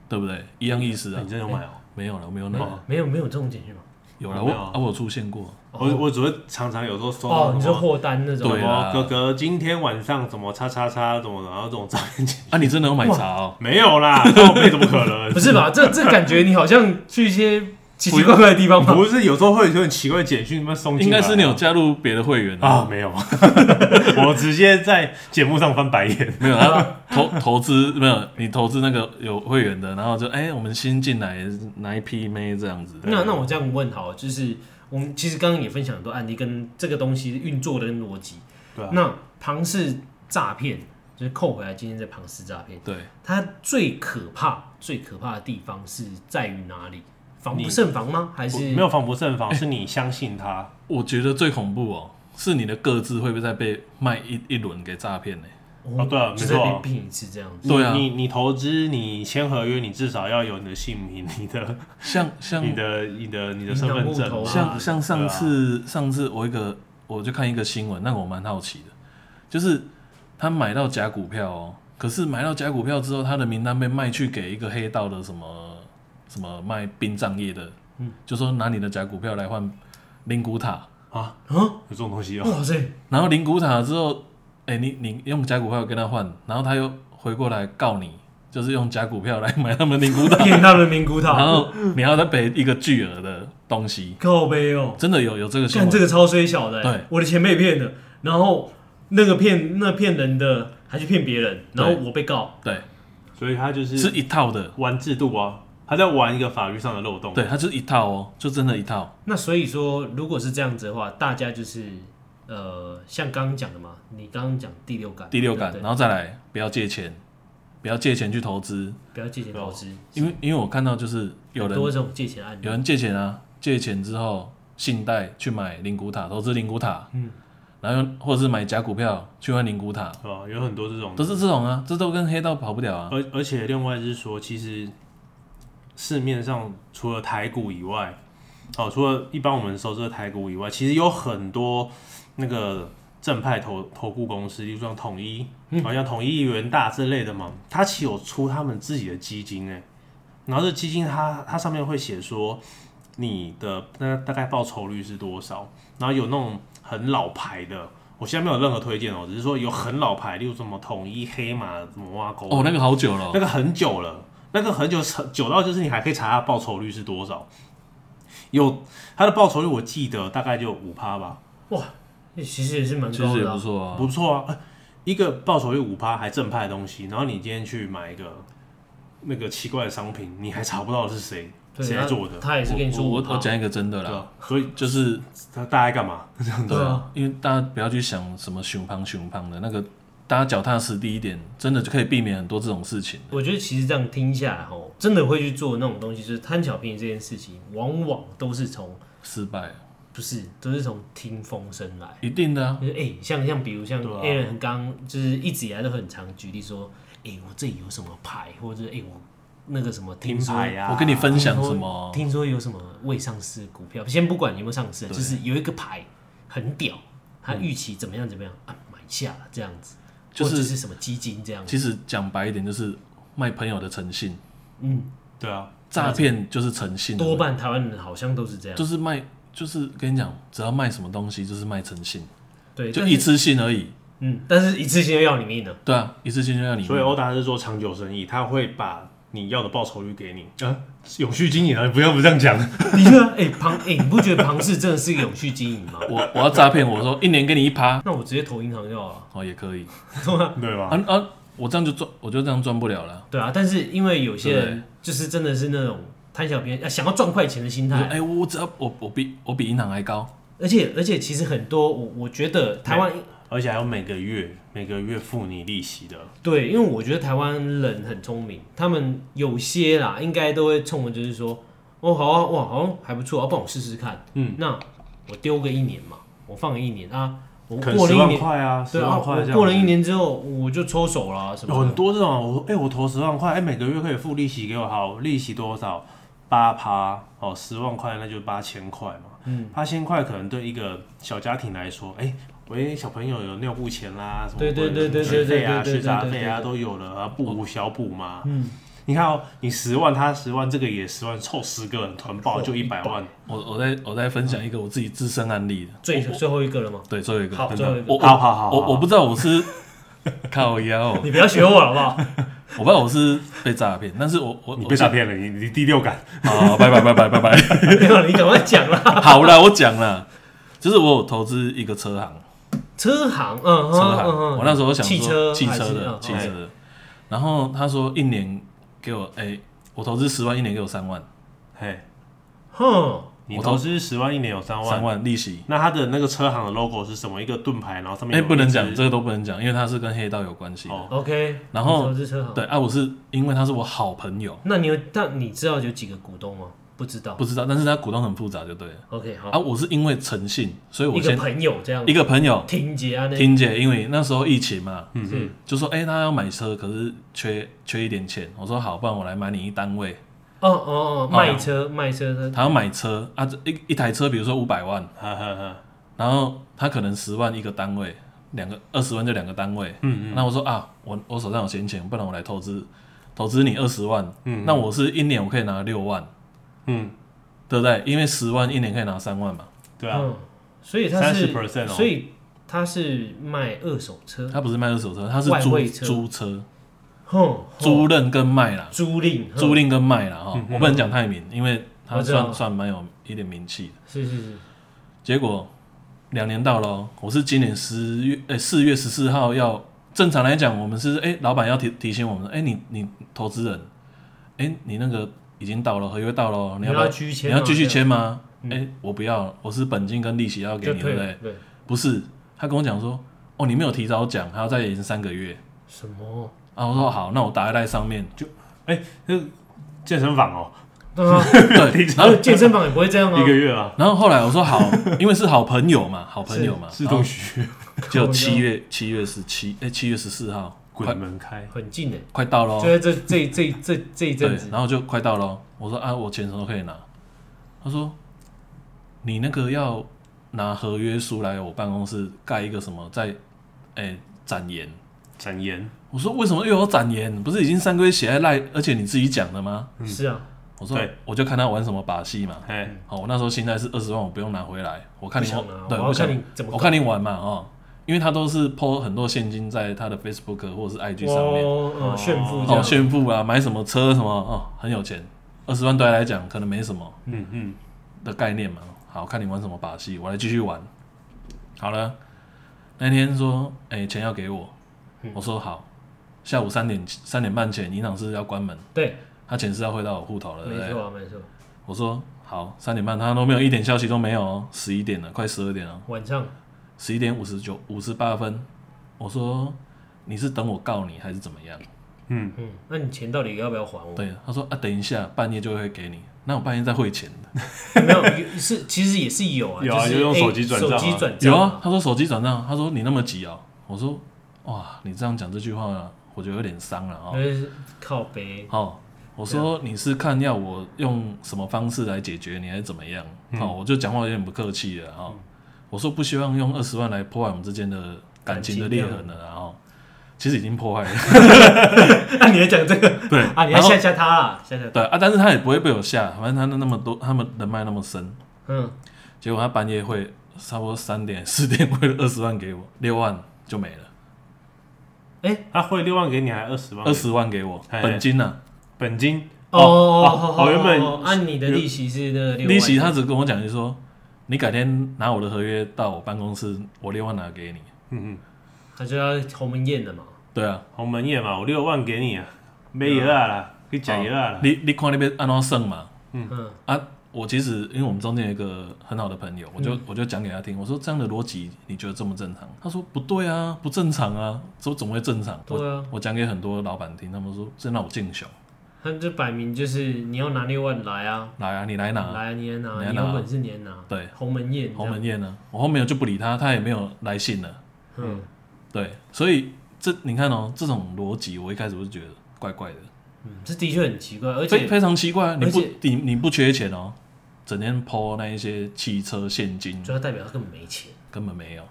Speaker 2: 对不对？一样意思啊
Speaker 3: 嗯
Speaker 1: 你。真的有买哦？
Speaker 2: 没有了，我没有那个
Speaker 1: 哦，
Speaker 3: 没有没有这种简讯吗？
Speaker 2: 有了
Speaker 1: 没
Speaker 2: 我
Speaker 1: 有啊
Speaker 2: 啊，我有出现过。
Speaker 1: 我我只会常常有时候收
Speaker 3: 哦，
Speaker 1: 到
Speaker 3: 你
Speaker 1: 什
Speaker 3: 说
Speaker 1: 么
Speaker 3: 货单那
Speaker 1: 什
Speaker 3: 种，
Speaker 2: 啊对
Speaker 1: 么
Speaker 2: 啊
Speaker 1: 哥哥今天晚上怎么叉叉叉怎么，然后这种诈骗集
Speaker 2: 啊，你真的有买茶哦？
Speaker 1: 没有啦，靠背怎么可能？
Speaker 3: 不是吧？这这感觉你好像去一些奇奇怪怪的地方吧？
Speaker 1: 不是，有时候会有些很奇怪的简讯，他妈送
Speaker 2: 应
Speaker 1: 进来
Speaker 2: 该是你有加入别的会员
Speaker 1: 啊，，没有， 我直接在节目上翻白眼。
Speaker 2: 没有啊？投投资没有？你投资那个有会员的，然后就哎，我们新进来哪一批妹这样子？
Speaker 3: 那那我这样问好了，就是我们其实刚刚也分享很多案例跟这个东西运作的跟逻辑。
Speaker 1: 对啊
Speaker 3: 那庞氏诈骗就是扣回来，今天在庞氏诈骗，
Speaker 2: 对，
Speaker 3: 它最可怕、最可怕的地方是在于哪里？防不胜防吗？还
Speaker 1: 我
Speaker 3: 是
Speaker 1: 没有防不胜防，是你相信他。
Speaker 2: 我觉得最恐怖哦，是你的个资会不会再被卖一一轮给诈骗呢？
Speaker 1: 哦对啊
Speaker 3: 就
Speaker 1: 没错啊
Speaker 3: 被骗一次这样子。
Speaker 2: 对啊
Speaker 1: 你你你投资，你签合约，你至少要有你的姓名、你的、
Speaker 2: 像像
Speaker 1: 你的、你的、你的
Speaker 3: 银
Speaker 1: 身
Speaker 3: 行
Speaker 1: 份
Speaker 3: 户
Speaker 1: 证
Speaker 3: 头
Speaker 1: 嘛。
Speaker 3: 啊
Speaker 2: 像像上
Speaker 1: 对啊
Speaker 2: 次、上次我一个我就看一个新闻，那个我蛮好奇的，就是他买到假股票哦，可是买到假股票之后，他的名单被卖去给一个黑道的什么什么卖殡葬业的，嗯，就说拿你的假股票来换灵骨塔，
Speaker 1: 啊，
Speaker 3: 啊，
Speaker 1: 有这种东西哦。
Speaker 3: 哇塞，
Speaker 2: 然后灵骨塔之后，哎、你你用假股票跟他换，然后他又回过来告你，就是用假股票来买他们灵 骨塔，
Speaker 3: 骗他们名古
Speaker 2: 然
Speaker 3: 塔，
Speaker 2: 后你要再赔一个巨额的东西，
Speaker 3: 靠背哦。
Speaker 2: 真的有有这个新
Speaker 3: 干
Speaker 2: 闻
Speaker 3: 这。个超衰小的、欸，
Speaker 2: 对
Speaker 3: 我的钱被骗了，然后那个骗那骗人的还去骗别人，然后我被告，
Speaker 2: 对，
Speaker 1: 所以他就是
Speaker 2: 是一套的，
Speaker 1: 玩制度啊，他在玩一个法律上的漏洞。
Speaker 2: 对，它就是一套哦，就真的一套。
Speaker 3: 那所以说如果是这样子的话，大家就是呃，像刚刚讲的嘛，你刚刚讲第六感，
Speaker 2: 第六感，
Speaker 3: 嗯对不
Speaker 2: 然后再来，不要借钱，不要借钱去投资，
Speaker 3: 对不要借钱投资，
Speaker 2: 因为因为我看到就是有
Speaker 3: 很
Speaker 2: 人
Speaker 3: 多这种借钱案例
Speaker 2: 有人借钱啊，借钱之后信贷去买灵骨塔，投资灵骨塔，嗯，然后用或者是买假股票去换灵骨塔，
Speaker 1: 对吧？有很多这种
Speaker 2: 都是这种啊，这都跟黑道跑不了啊。
Speaker 1: 而而且另外是说，其实市面上除了台股以外，哦，除了一般我们熟知的台股以外，其实有很多那个正派投投顾公司，例如像统一，
Speaker 2: 嗯
Speaker 1: 好、像统一元大之类的嘛，它其实有出他们自己的基金哎、然后这基金它它上面会写说你的那大概报酬率是多少，然后有那种很老牌的。我现在没有任何推荐哦，只是说有很老牌，例如什么统一、黑马、什么挖沟
Speaker 2: 哦，那个好久了哦、
Speaker 1: 那个很久了，那个很久久到就是你还可以查它报酬率是多少。有它的报酬率，我记得大概就五趴吧，
Speaker 3: 哇，其实也是蛮
Speaker 2: 其
Speaker 3: 高
Speaker 2: 实也
Speaker 3: 的啊、
Speaker 2: 不错啊。
Speaker 1: 不错啊。呃一个报酬率五趴还正派的东西，然后你今天去买一个那个奇怪的商品，你还查不到是谁
Speaker 3: 对
Speaker 1: 谁
Speaker 3: 他
Speaker 1: 在做的，
Speaker 3: 他也是跟你说
Speaker 2: 我我
Speaker 3: 5%
Speaker 2: 我讲一个真的
Speaker 1: 对啊
Speaker 2: 啦，
Speaker 3: 啊
Speaker 1: 吧？所以
Speaker 2: 就是
Speaker 1: 他大概干嘛？
Speaker 2: 对啊，因为大家不要去想什么熊胖熊胖的那个，大家脚踏实地一点，真的就可以避免很多这种事情。
Speaker 3: 我觉得其实这样听下来哦，真的会去做那种东西，就是贪小便宜这件事情，往往都是从
Speaker 2: 失败
Speaker 3: 不是都是从听风声来。
Speaker 2: 一定的啊，
Speaker 3: 就是哎、像像比如像
Speaker 1: 对啊
Speaker 3: Aaron 刚、就是一直以来都很常举例说，哎、我这里有什么牌，或者哎、我那个什么
Speaker 1: 停
Speaker 3: 听说
Speaker 1: 牌啊呀、
Speaker 2: 我跟你啊分享什么？
Speaker 3: 听说有什么未上市股票，先不管有没有上市啊，就是有一个牌很屌，它预期怎么样怎么样啊，买下了这样子，
Speaker 2: 嗯就是
Speaker 3: 或者是什么基金这样子，
Speaker 2: 其实讲白一点，就是卖朋友的诚信，
Speaker 3: 嗯，
Speaker 1: 对啊，
Speaker 2: 诈骗就是诚信，啊
Speaker 3: 多半台湾人好像都是这样，
Speaker 2: 就是卖，就是跟你讲，只要卖什么东西，就是卖诚信，
Speaker 3: 对，
Speaker 2: 就
Speaker 3: 但
Speaker 2: 一
Speaker 3: 是
Speaker 2: 次性而已。
Speaker 3: 嗯，但是一次性就要你命了，
Speaker 2: 对啊，一次性就让你
Speaker 1: 所以哦欧达是做长久生意，他会把你要的报酬率给你，啊，永续经营啊，不要不这样讲，
Speaker 3: 的确啊，哎、庞哎、你不觉得庞氏真的是一个永续经营吗？
Speaker 2: 我我要诈骗，我说一年给你一趴，
Speaker 3: 那我直接投银行就好了，
Speaker 2: 哦也可以
Speaker 1: 对吧？
Speaker 2: 啊啊，我这样就赚，我就这样赚不了了。
Speaker 3: 对啊，但是因为有些
Speaker 2: 对
Speaker 3: 人就是真的是那种贪小便宜、啊，想要赚快钱的心
Speaker 2: 你说
Speaker 3: 态，
Speaker 2: 哎、我只要我我比我比银行还高，
Speaker 3: 而且而且其实很多我我觉得台湾
Speaker 1: 而且还有每个月每个月付你利息的，
Speaker 3: 对，因为我觉得台湾人很聪明，他们有些啦，应该都会冲着就是说，哦，好啊，哇，好像还不错，要、啊、帮我试试看。嗯，那我丢个一年嘛，我放个一年啊，我
Speaker 1: 可能
Speaker 3: 过了
Speaker 1: 十
Speaker 3: 一
Speaker 1: 万
Speaker 3: 年，
Speaker 1: 块啊，十
Speaker 3: 对啊，
Speaker 1: 万
Speaker 3: 我
Speaker 1: 块这样子。
Speaker 3: 过了一年之后我就抽手啦、什
Speaker 1: 有
Speaker 3: 么
Speaker 1: 很
Speaker 2: 哦
Speaker 3: 的。
Speaker 1: 多这种啊，我说哎、我投十万块，哎、每个月可以付利息给我，好，利息多少？八趴哦，十万块那就八千块嘛。嗯，八千块可能对一个小家庭来说，哎、喂，小朋友有尿布钱啦，什么
Speaker 3: 对对对对
Speaker 1: 学
Speaker 3: 对
Speaker 1: 费啊、
Speaker 3: 对对
Speaker 1: 学杂
Speaker 3: 对对
Speaker 1: 费啊
Speaker 3: 对哦
Speaker 1: 都有了啊，补小补嘛。嗯，你看哦，你十万，他十万，这个也十万，凑十个人团报
Speaker 3: 哦
Speaker 1: 就一百万。
Speaker 2: 我我再我再分享一个我自己自身案例的，
Speaker 3: 最最后一个了吗？
Speaker 2: 对，最后一个，
Speaker 3: 好，最后一个，
Speaker 2: 我
Speaker 1: 好好好
Speaker 2: 我
Speaker 1: 好
Speaker 2: 我不知道我是靠腰，哦我
Speaker 3: 你不要学我好不好？
Speaker 2: 不知道我是被诈骗，但是我我
Speaker 1: 你被诈
Speaker 2: 骗，
Speaker 1: 骗了，你你第六感
Speaker 2: 好，拜拜拜拜拜 拜，
Speaker 3: 没有，你赶快讲啦。
Speaker 2: 好啦，我讲啦，就是我有投资一个车行，
Speaker 3: 车行，嗯，
Speaker 2: 车行，
Speaker 3: 嗯嗯
Speaker 2: 我那时候想
Speaker 3: 汽车
Speaker 2: 说汽
Speaker 3: 还
Speaker 2: 车
Speaker 3: 是
Speaker 2: 的
Speaker 3: 嗯
Speaker 2: 汽车的，然后他说一年给我，哎，我投资十万，一年给我三万，
Speaker 1: 嘿，
Speaker 3: 哼，
Speaker 1: 你
Speaker 2: 我
Speaker 1: 投
Speaker 2: 投
Speaker 1: 资十万，一年有三万
Speaker 2: 三，万利息，
Speaker 1: 那它的那个车行的 logo 是什么？一个盾牌，然后上面
Speaker 2: 哎，
Speaker 1: 有
Speaker 2: 不能
Speaker 1: 一只
Speaker 2: 讲这个都不能讲，因为它是跟黑道有关系的，
Speaker 1: 哦
Speaker 3: OK，
Speaker 2: 然后
Speaker 3: 你投资车行，
Speaker 2: 对啊，我是因为他是我好朋友，
Speaker 3: 那你有那你知道有几个股东吗？不知道
Speaker 2: 不知道，但是他股东很复杂就对了。
Speaker 3: ，OK，好
Speaker 2: 啊，，我是因为诚信，所以
Speaker 3: 一
Speaker 2: 我
Speaker 3: 个
Speaker 2: 先
Speaker 3: 朋友这样
Speaker 2: 一，个朋友
Speaker 3: 婷姐啊，那
Speaker 2: 婷姐，因为那时候疫情嘛，
Speaker 1: 嗯
Speaker 3: 是
Speaker 2: 就说哎、她要买车，可是缺缺一点钱。我说好，不然我来买你一单位。
Speaker 3: 哦哦哦，
Speaker 2: 哦
Speaker 3: 卖车卖车的，
Speaker 2: 她要买车啊，这一一台车比如说五百万，
Speaker 1: 呵呵呵，
Speaker 2: 然后她可能十万一个单位，两个二十万就两个单位。
Speaker 1: 嗯
Speaker 2: 那我说啊，我我手上有闲钱，不然我来投资，投资你二十万，
Speaker 1: 嗯
Speaker 2: 那我是一年我可以拿六万，
Speaker 1: 嗯，
Speaker 2: 对不对？因为十万一年可以拿三万嘛。
Speaker 1: 对啊，
Speaker 3: 嗯，所以他是
Speaker 1: 30%哦
Speaker 3: 所以他是卖二手车，
Speaker 2: 他不是卖二手车，他是
Speaker 3: 外
Speaker 2: 租
Speaker 3: 汇车哦
Speaker 2: 租车、
Speaker 3: 哼，
Speaker 2: 租赁跟卖啦，
Speaker 3: 租赁，哼
Speaker 2: 租赁跟卖啦哈、
Speaker 1: 嗯嗯
Speaker 2: 我不能讲太明，因为他
Speaker 3: 我知道
Speaker 2: 算算蛮有一点名气的。
Speaker 3: 是是是，
Speaker 2: 结果两年到了哦，我是今年十月，哎、四月十四号要正常来讲，我们是哎、老板要提提醒我们，哎、你你投资人，哎、你那个已经到了，合约到了哦，你要不要
Speaker 3: 要续签
Speaker 2: 你
Speaker 3: 哦，
Speaker 2: 要继续签吗？哎、
Speaker 3: 嗯
Speaker 2: 我不要，我是本金跟利息要
Speaker 3: 这
Speaker 2: 给
Speaker 3: 样，
Speaker 2: 你，
Speaker 3: 就
Speaker 2: 对
Speaker 3: 退
Speaker 2: 不
Speaker 3: 了
Speaker 2: 对？，
Speaker 3: 对，
Speaker 2: 不是，他跟我讲说，哦，你没有提早讲，还要再延三个月。
Speaker 3: 什么？
Speaker 2: 啊，我说好，那我打在赖上面，
Speaker 1: 健身房哦，
Speaker 3: 对啊，
Speaker 2: 对，然
Speaker 3: 然后
Speaker 2: 后
Speaker 3: 健身房也不会这样啊
Speaker 1: 一个。月啊，
Speaker 2: 然后后来我说好，因为是好朋友嘛，好朋友嘛，
Speaker 1: 自
Speaker 2: 然后
Speaker 1: 动许 愿
Speaker 2: 就七月七月十七，哎，七月十四号，快
Speaker 1: 滚门开，
Speaker 3: 很近的，
Speaker 2: 快到喽
Speaker 3: 就，在这这这这这一
Speaker 2: 哦对
Speaker 3: 阵子，，
Speaker 2: 然后就快到喽。我说啊，我钱什么时候可以拿？他说你那个要拿合约书来我办公室盖一个什么在，哎，展言。
Speaker 1: 展颜，
Speaker 2: 我说为什么又有展言？不是已经三个月写在赖，而且你自己讲的吗？
Speaker 3: 是啊，
Speaker 2: 我说
Speaker 1: 对
Speaker 2: 我就看他玩什么把戏嘛。
Speaker 1: 哎，
Speaker 2: 好，我那时候心态是二十万我不用拿回来，我看
Speaker 3: 不
Speaker 2: 你
Speaker 3: 想啊，
Speaker 2: 对，
Speaker 3: 我
Speaker 2: 不
Speaker 3: 要
Speaker 2: 想
Speaker 3: 看你怎么搞。
Speaker 2: 我看你玩嘛哦，因为他都是 PO 很多现金在他的 Facebook 或是 IG 上面，
Speaker 3: 哦，嗯炫富这
Speaker 2: 哦，
Speaker 3: 样，
Speaker 2: 炫富啊，买什么车什么哦，很有钱，二十万对他来讲可能没什么
Speaker 1: 嗯嗯，
Speaker 2: 的概念嘛。哦好看你玩什么把戏，我来继续玩。好了，那天说，哎、钱要给我，
Speaker 3: 嗯
Speaker 2: 我说好，下午三点三点半前银行是要关门，
Speaker 3: 对，
Speaker 2: 他钱是要汇到我户头了，对不
Speaker 3: 没
Speaker 2: 对？
Speaker 3: 错啊，没错。
Speaker 2: 我说好，三点半他都没有一点消息都没有、哦，十一点了，快十二点了。
Speaker 3: 晚上
Speaker 2: 十一点五十九五十八分，我说你是等我告你还是怎么样？
Speaker 3: 嗯，那你钱到底要不要还我？
Speaker 2: 对，他说啊，等一下半夜就会给你，那我半夜在汇钱的，
Speaker 3: 没有，有是其实也是有啊，
Speaker 1: 有啊
Speaker 3: 是
Speaker 1: 就用
Speaker 3: 哎
Speaker 1: 手机转账啊
Speaker 3: 手机转账
Speaker 2: 有啊，，他说手机转账，他说你那么急哦，我说哇，你这样讲这句话、我觉得有点伤了哦，
Speaker 3: 啊就是靠 背，
Speaker 2: 哦，我说你是看要我用什么方式来解决你还是怎么样？哦，我就讲话有点不客气了哦，我说不希望用二十万来破坏我们之间的感情的裂痕了，然后其实已经破坏了。
Speaker 3: 那你还讲这个？
Speaker 1: 对
Speaker 3: 啊，你还
Speaker 2: 然后
Speaker 3: 吓吓他啦，吓吓他，
Speaker 2: 对啊，但是他也不会被我吓，反正他那那么多，他们人脉那么深，
Speaker 3: 嗯，
Speaker 2: 结果他半夜会差不多三点四点汇了二十万给我，六万就没了，
Speaker 1: 他汇六万给你，还二十万给
Speaker 2: 二
Speaker 1: 你，
Speaker 2: 十万给我
Speaker 1: 哎
Speaker 2: 本金啊呐、
Speaker 1: 本金，
Speaker 3: 哦哦
Speaker 1: 哦原本
Speaker 3: 按你的利息是那个六万
Speaker 2: 利息他只跟我讲就说，你改天拿我的合约到我办公室，我六万拿给你。
Speaker 1: 嗯嗯，
Speaker 3: 他就要鸿门宴的嘛，
Speaker 2: 对啊，
Speaker 1: 鸿门宴嘛，我六万给你啊，买药啊啦，去吃药啊啦，
Speaker 2: 哦你你看那边安怎算嘛？
Speaker 3: 嗯，
Speaker 2: 啊，我其实因为我们中间有一个很好的朋友，我就、我就讲给他听，我说这样的逻辑你觉得正不正常？他说不对啊，不正常啊，怎么怎么会正常？
Speaker 3: 对啊
Speaker 2: 我我讲给很多老板听，他们说这让我敬雄，
Speaker 3: 他就摆明就是你要拿六万来啊，
Speaker 2: 来啊，你来拿、
Speaker 3: 来啊，你来
Speaker 2: 你
Speaker 3: 拿，
Speaker 2: 来拿
Speaker 3: 你有本事你来拿，啊
Speaker 2: 对，
Speaker 3: 鸿门宴，
Speaker 2: 鸿门宴呢、我后面就不理他，他也没有来信了，
Speaker 3: 这样，嗯，
Speaker 2: 对，所以这你看哦，这种逻辑我一开始我就觉得怪怪的，
Speaker 3: 嗯这的确很奇怪，而
Speaker 2: 非
Speaker 3: 且
Speaker 2: 非常奇怪啊，你不
Speaker 3: 而且
Speaker 2: 你你不缺钱哦，整天抛那一些汽车现金
Speaker 3: 主要代表他根本没钱。
Speaker 2: 根本没有，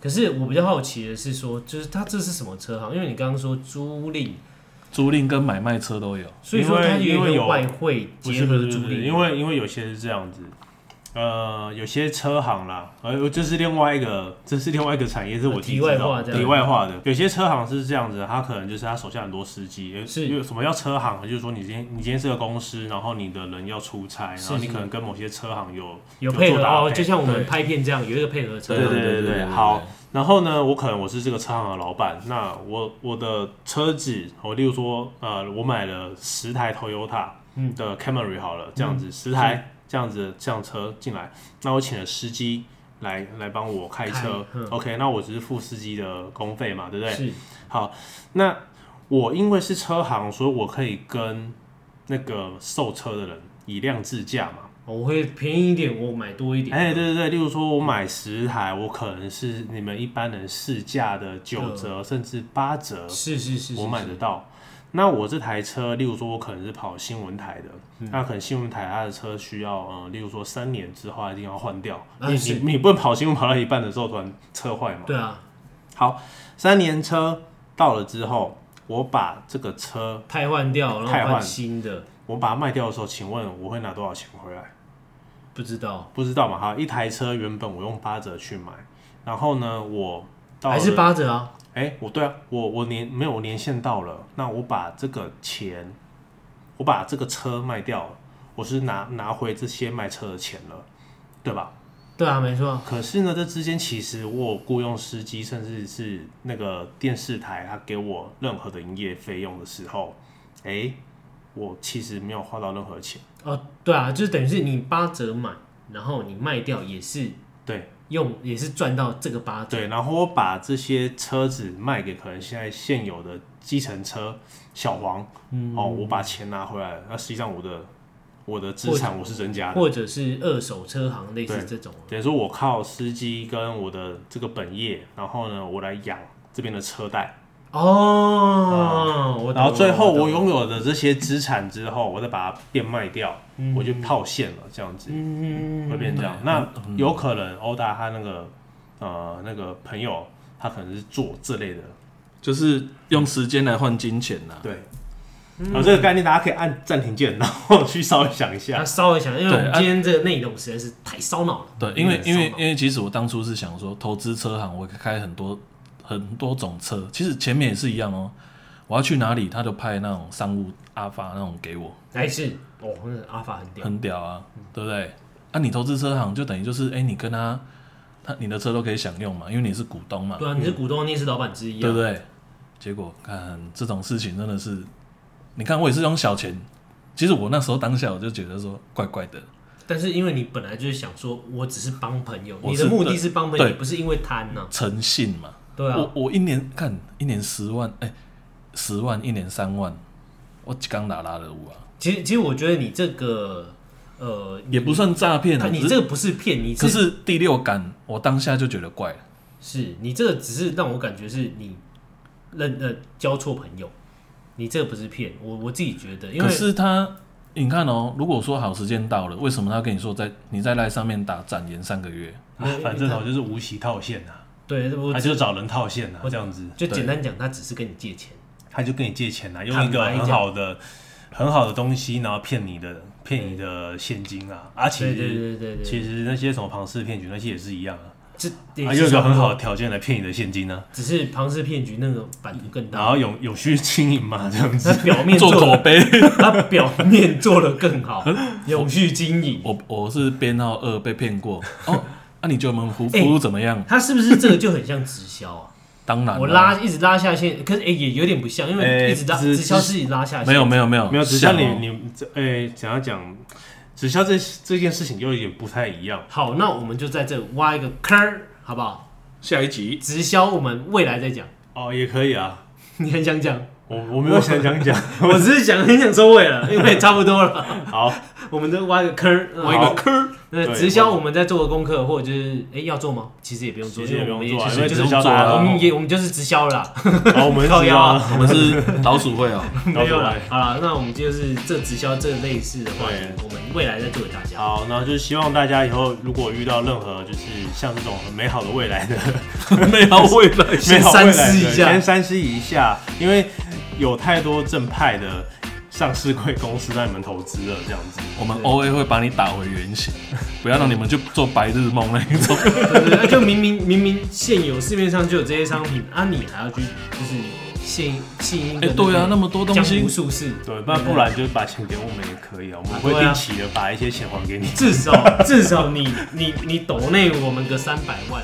Speaker 3: 可是我比较好奇的是说，就是他这是什么车行？因为你刚刚说租赁，
Speaker 2: 租赁跟买卖车都有。
Speaker 3: 所以说
Speaker 1: 因为
Speaker 3: 它有
Speaker 1: 因为
Speaker 3: 一
Speaker 1: 有
Speaker 3: 个外汇
Speaker 1: 不
Speaker 3: 结
Speaker 1: 是不
Speaker 3: 合
Speaker 1: 是
Speaker 3: 的
Speaker 1: 不
Speaker 3: 租
Speaker 1: 是，
Speaker 3: 赁，
Speaker 1: 因为因为有些是这样子，呃，有些车行啦，呃，这是另外一个，这是另外一个产业，是我
Speaker 3: 啊题
Speaker 1: 听
Speaker 3: 外
Speaker 1: 知道
Speaker 3: 话这样
Speaker 1: 题外话的。有些车行是这样子，他可能就是他手下很多司机，呃
Speaker 3: 是
Speaker 1: 因为什么叫车行？就是说你今天你今天是个公司，然后你的人要出差，然
Speaker 3: 是
Speaker 1: 后你
Speaker 3: 是
Speaker 1: 可能跟某些车行有
Speaker 3: 有配合
Speaker 1: 做搭
Speaker 3: 哦，
Speaker 1: 配
Speaker 3: 就像我
Speaker 2: 对
Speaker 3: 们拍片这样，有一个配合车
Speaker 1: 对
Speaker 3: 行。
Speaker 1: 对对对好，然后呢，我可能我是这个车行的老板，那我我的车子，我例如说，呃，我买了十台 Toyota
Speaker 3: 嗯
Speaker 1: 的 Camry 好了，这样子十台这样子这样车进来，那我请了司机来来帮我开车
Speaker 3: 开嗯
Speaker 1: ，OK，那我只是付司机的工费嘛，对不对？
Speaker 3: 是
Speaker 1: 好，那我因为是车行，所以我可以跟那个售车的人以量制价嘛，
Speaker 3: 哦我会便宜一点，我买多一点。
Speaker 1: 哎，对对对，例如说我买十台，我可能是你们一般人市价的九折甚至八折，
Speaker 3: 嗯是是是，是
Speaker 1: 我买得到。那我这台车，例如说我可能是跑新闻台的，
Speaker 3: 嗯
Speaker 1: 那可能新闻台它的车需要，嗯、例如说三年之后它一定要换掉，
Speaker 3: 啊
Speaker 1: 你
Speaker 3: 是
Speaker 1: 你你不能跑新闻跑到一半的时候突然车坏嘛。
Speaker 3: 对啊，
Speaker 1: 好，三年车到了之后，我把这个车
Speaker 3: 汰换掉，然
Speaker 1: 汰
Speaker 3: 后
Speaker 1: 换
Speaker 3: 换新的，
Speaker 1: 我把它卖掉的时候，请问我会拿多少钱回来？
Speaker 3: 不知道
Speaker 1: 不知道嘛哈，一台车原本我用八折去买，然后呢，我到了
Speaker 3: 还是八折啊？
Speaker 1: 哎、我对啊，我我年没有我年限到了，那我把这个钱，我把这个车卖掉了，我是拿拿回这些卖车的钱了，对吧？
Speaker 3: 对啊，没错啊，
Speaker 1: 可是呢，这之间其实我有雇佣司机，甚至是那个电视台，他给我任何的营业费用的时候，哎、我其实没有花到任何钱，
Speaker 3: 哦，对啊，就是等于是你八折买，然后你卖掉也是
Speaker 1: 对。
Speaker 3: 用，也是赚到这个八折。
Speaker 1: 啊对，然后我把这些车子卖给可能现在现有
Speaker 3: 嗯
Speaker 1: 的计程车小黄，哦，我把钱拿回来了，那实际上我的我的资产我是增加的，
Speaker 3: 或者是二手车行类似
Speaker 1: 对
Speaker 3: 这种。
Speaker 1: 等于说我靠司机跟我的这个本业，然后呢，我来养这边的车贷，
Speaker 3: 哦，我懂
Speaker 1: 啊然后最后我
Speaker 3: 懂
Speaker 1: 拥有的这些资产之后，我再把它变卖掉，我就套现了，这样子
Speaker 3: 嗯
Speaker 1: 会变这样。那有可能欧达他那个呃那个朋友，他可能是做这类的，
Speaker 2: 就是用时间来换金钱啊呐、
Speaker 1: 对。然后这个概念大家可以按暂停键，然后去稍微想一下
Speaker 3: 他。稍微想，因为
Speaker 2: 对
Speaker 3: 我们
Speaker 2: 啊
Speaker 3: 今天这个内容实在是太烧脑了。
Speaker 2: 对，因为
Speaker 3: 嗯
Speaker 2: 因为
Speaker 3: 烧脑
Speaker 2: 因为其实我当初是想说，投资车行我开很多很多种车，其实前面也是一样哦。我要去哪里，他就派那种商务阿法那种给我，
Speaker 3: 还是哦，那个阿法很屌，嗯
Speaker 2: 很屌啊，对不对？啊，你投资车行就等于就是，哎、你跟他他你的车都可以享用嘛，因为你是股东嘛，
Speaker 3: 对啊，你是股东，你也是老板之一
Speaker 2: 对
Speaker 3: 啊
Speaker 2: 不。对？结果看这种事情真的是，你看我也是用小钱，其实我那时候当下我就觉得说怪怪的，
Speaker 3: 但是因为你本来就是想说，我只是帮朋友，
Speaker 2: 我
Speaker 3: 你
Speaker 2: 是
Speaker 3: 的目的是帮朋友，
Speaker 2: 对
Speaker 3: 不是因为贪呐。
Speaker 2: 诚信嘛，
Speaker 3: 对啊，
Speaker 2: 我我一年看一年十万，哎、十万一年三万，我刚拿拉了五啊，
Speaker 3: 其实其实我觉得你这个呃，
Speaker 2: 也不算诈骗啊，
Speaker 3: 嗯你
Speaker 2: 只是
Speaker 3: 这个不是骗，你
Speaker 2: 可
Speaker 3: 是
Speaker 2: 是第六感，我当下就觉得怪了。
Speaker 3: 是你这个只是让我感觉是你认呃交错朋友，你这个不是骗我，我自己觉得，因
Speaker 2: 可
Speaker 3: 为
Speaker 2: 是他，你看哦，如果说好时间到了，为什么他跟你说在你在赖上面打展延三个月？
Speaker 1: 啊反正我就是无息套现啊，
Speaker 3: 对我
Speaker 1: 他就找人套现啊，
Speaker 3: 我
Speaker 1: 这样子，
Speaker 3: 就
Speaker 2: 对
Speaker 3: 简单讲，他只是跟你借钱，
Speaker 1: 他就跟你借钱啊，用一
Speaker 3: 坦
Speaker 1: 个
Speaker 3: 白
Speaker 1: 很好的、很好的东西，然后骗你的、骗你的现金啊。啊，其
Speaker 3: 对对
Speaker 1: 实
Speaker 3: 对对对，
Speaker 1: 其实那些什么庞氏骗局那些也是一样啊，
Speaker 3: 这
Speaker 1: 啊，用一个很好的，条件来骗你的现金呢，
Speaker 3: 只是庞氏骗局那个版图更
Speaker 2: 嗯
Speaker 1: 然
Speaker 3: 大，
Speaker 1: 后有有序经营嘛，这样
Speaker 3: 他
Speaker 1: 子。
Speaker 3: 表面
Speaker 2: 做
Speaker 3: 做
Speaker 2: 口
Speaker 3: 的，
Speaker 2: 碑，
Speaker 3: 他表面做的更好，永续经营。
Speaker 2: 我我是编号二被骗过 哦。那、你觉得我们服
Speaker 3: 哎
Speaker 2: 服务怎么样？
Speaker 3: 他是不是这个就很像直销啊？
Speaker 2: 当然啦，
Speaker 3: 我拉一直拉下线，可是哎、也有点不像，因为
Speaker 1: 哎
Speaker 3: 一直拉、
Speaker 1: 直
Speaker 3: 直销是一直拉下线，
Speaker 2: 没有没有没有
Speaker 1: 没有直销
Speaker 2: 像
Speaker 1: 你
Speaker 3: 啊
Speaker 2: 哦
Speaker 1: 你这诶，想要讲直销这这件事情又有点不太一样。
Speaker 3: 好，那我们就在这挖一个坑儿，好不好？
Speaker 2: 下一集
Speaker 3: 直销我们未来再讲。
Speaker 1: 哦，也可以啊，
Speaker 3: 你很 想讲，
Speaker 1: 我我没有想讲 讲，
Speaker 3: 我只是想很想收尾了， 因为差不多了。
Speaker 1: 好，
Speaker 3: 我们都挖一个坑儿，
Speaker 1: 挖一个
Speaker 3: 坑儿。那
Speaker 1: 对
Speaker 3: 直销我们在做个功课，或者就是哎要做吗？其实也不用做，
Speaker 1: 其实也不
Speaker 3: 我
Speaker 1: 用
Speaker 3: 们
Speaker 1: 做啊，
Speaker 3: 就
Speaker 1: 因为
Speaker 3: 是
Speaker 1: 直销大家
Speaker 2: 啊
Speaker 1: 都
Speaker 3: 我们也我们就是直销了啦，
Speaker 1: 好，我们
Speaker 3: 靠
Speaker 1: 直
Speaker 3: 腰
Speaker 1: 销
Speaker 3: 啊
Speaker 1: 啊，
Speaker 2: 我们是老鼠会 哦。
Speaker 1: 到
Speaker 3: 没
Speaker 1: 时
Speaker 3: 有
Speaker 1: 候
Speaker 3: 了
Speaker 1: 来。
Speaker 3: 好了，那我们就是这直销这类似的话题
Speaker 1: 对，
Speaker 3: 我们未来再做给大家。
Speaker 1: 好，然后就是希望大家以后如果遇到任何就是像这种很美好的未 来的
Speaker 2: 没有未来
Speaker 1: 美好未来的
Speaker 3: 先三思一下
Speaker 1: 先三思一下，因为有太多正派的上市贵公司在你们投资了，这样子。
Speaker 2: 我们 O A 会把你打回原形，不要让你们去做白日梦那 一种。
Speaker 3: 对对对，就明明明明现有市面上就有这些商品，啊，你还要去就是现现一
Speaker 2: 哎、
Speaker 3: 个
Speaker 2: 对啊，那么多东
Speaker 3: 江
Speaker 2: 西
Speaker 3: 湖，术士，
Speaker 1: 对，不然不然就是把钱给我们也可以啊，我们
Speaker 3: 嗯啊
Speaker 1: 会
Speaker 3: 对啊
Speaker 1: 定
Speaker 3: 嗯
Speaker 1: 期的把一些钱还给你。
Speaker 3: 至少至少你你你抖内我们个三百万，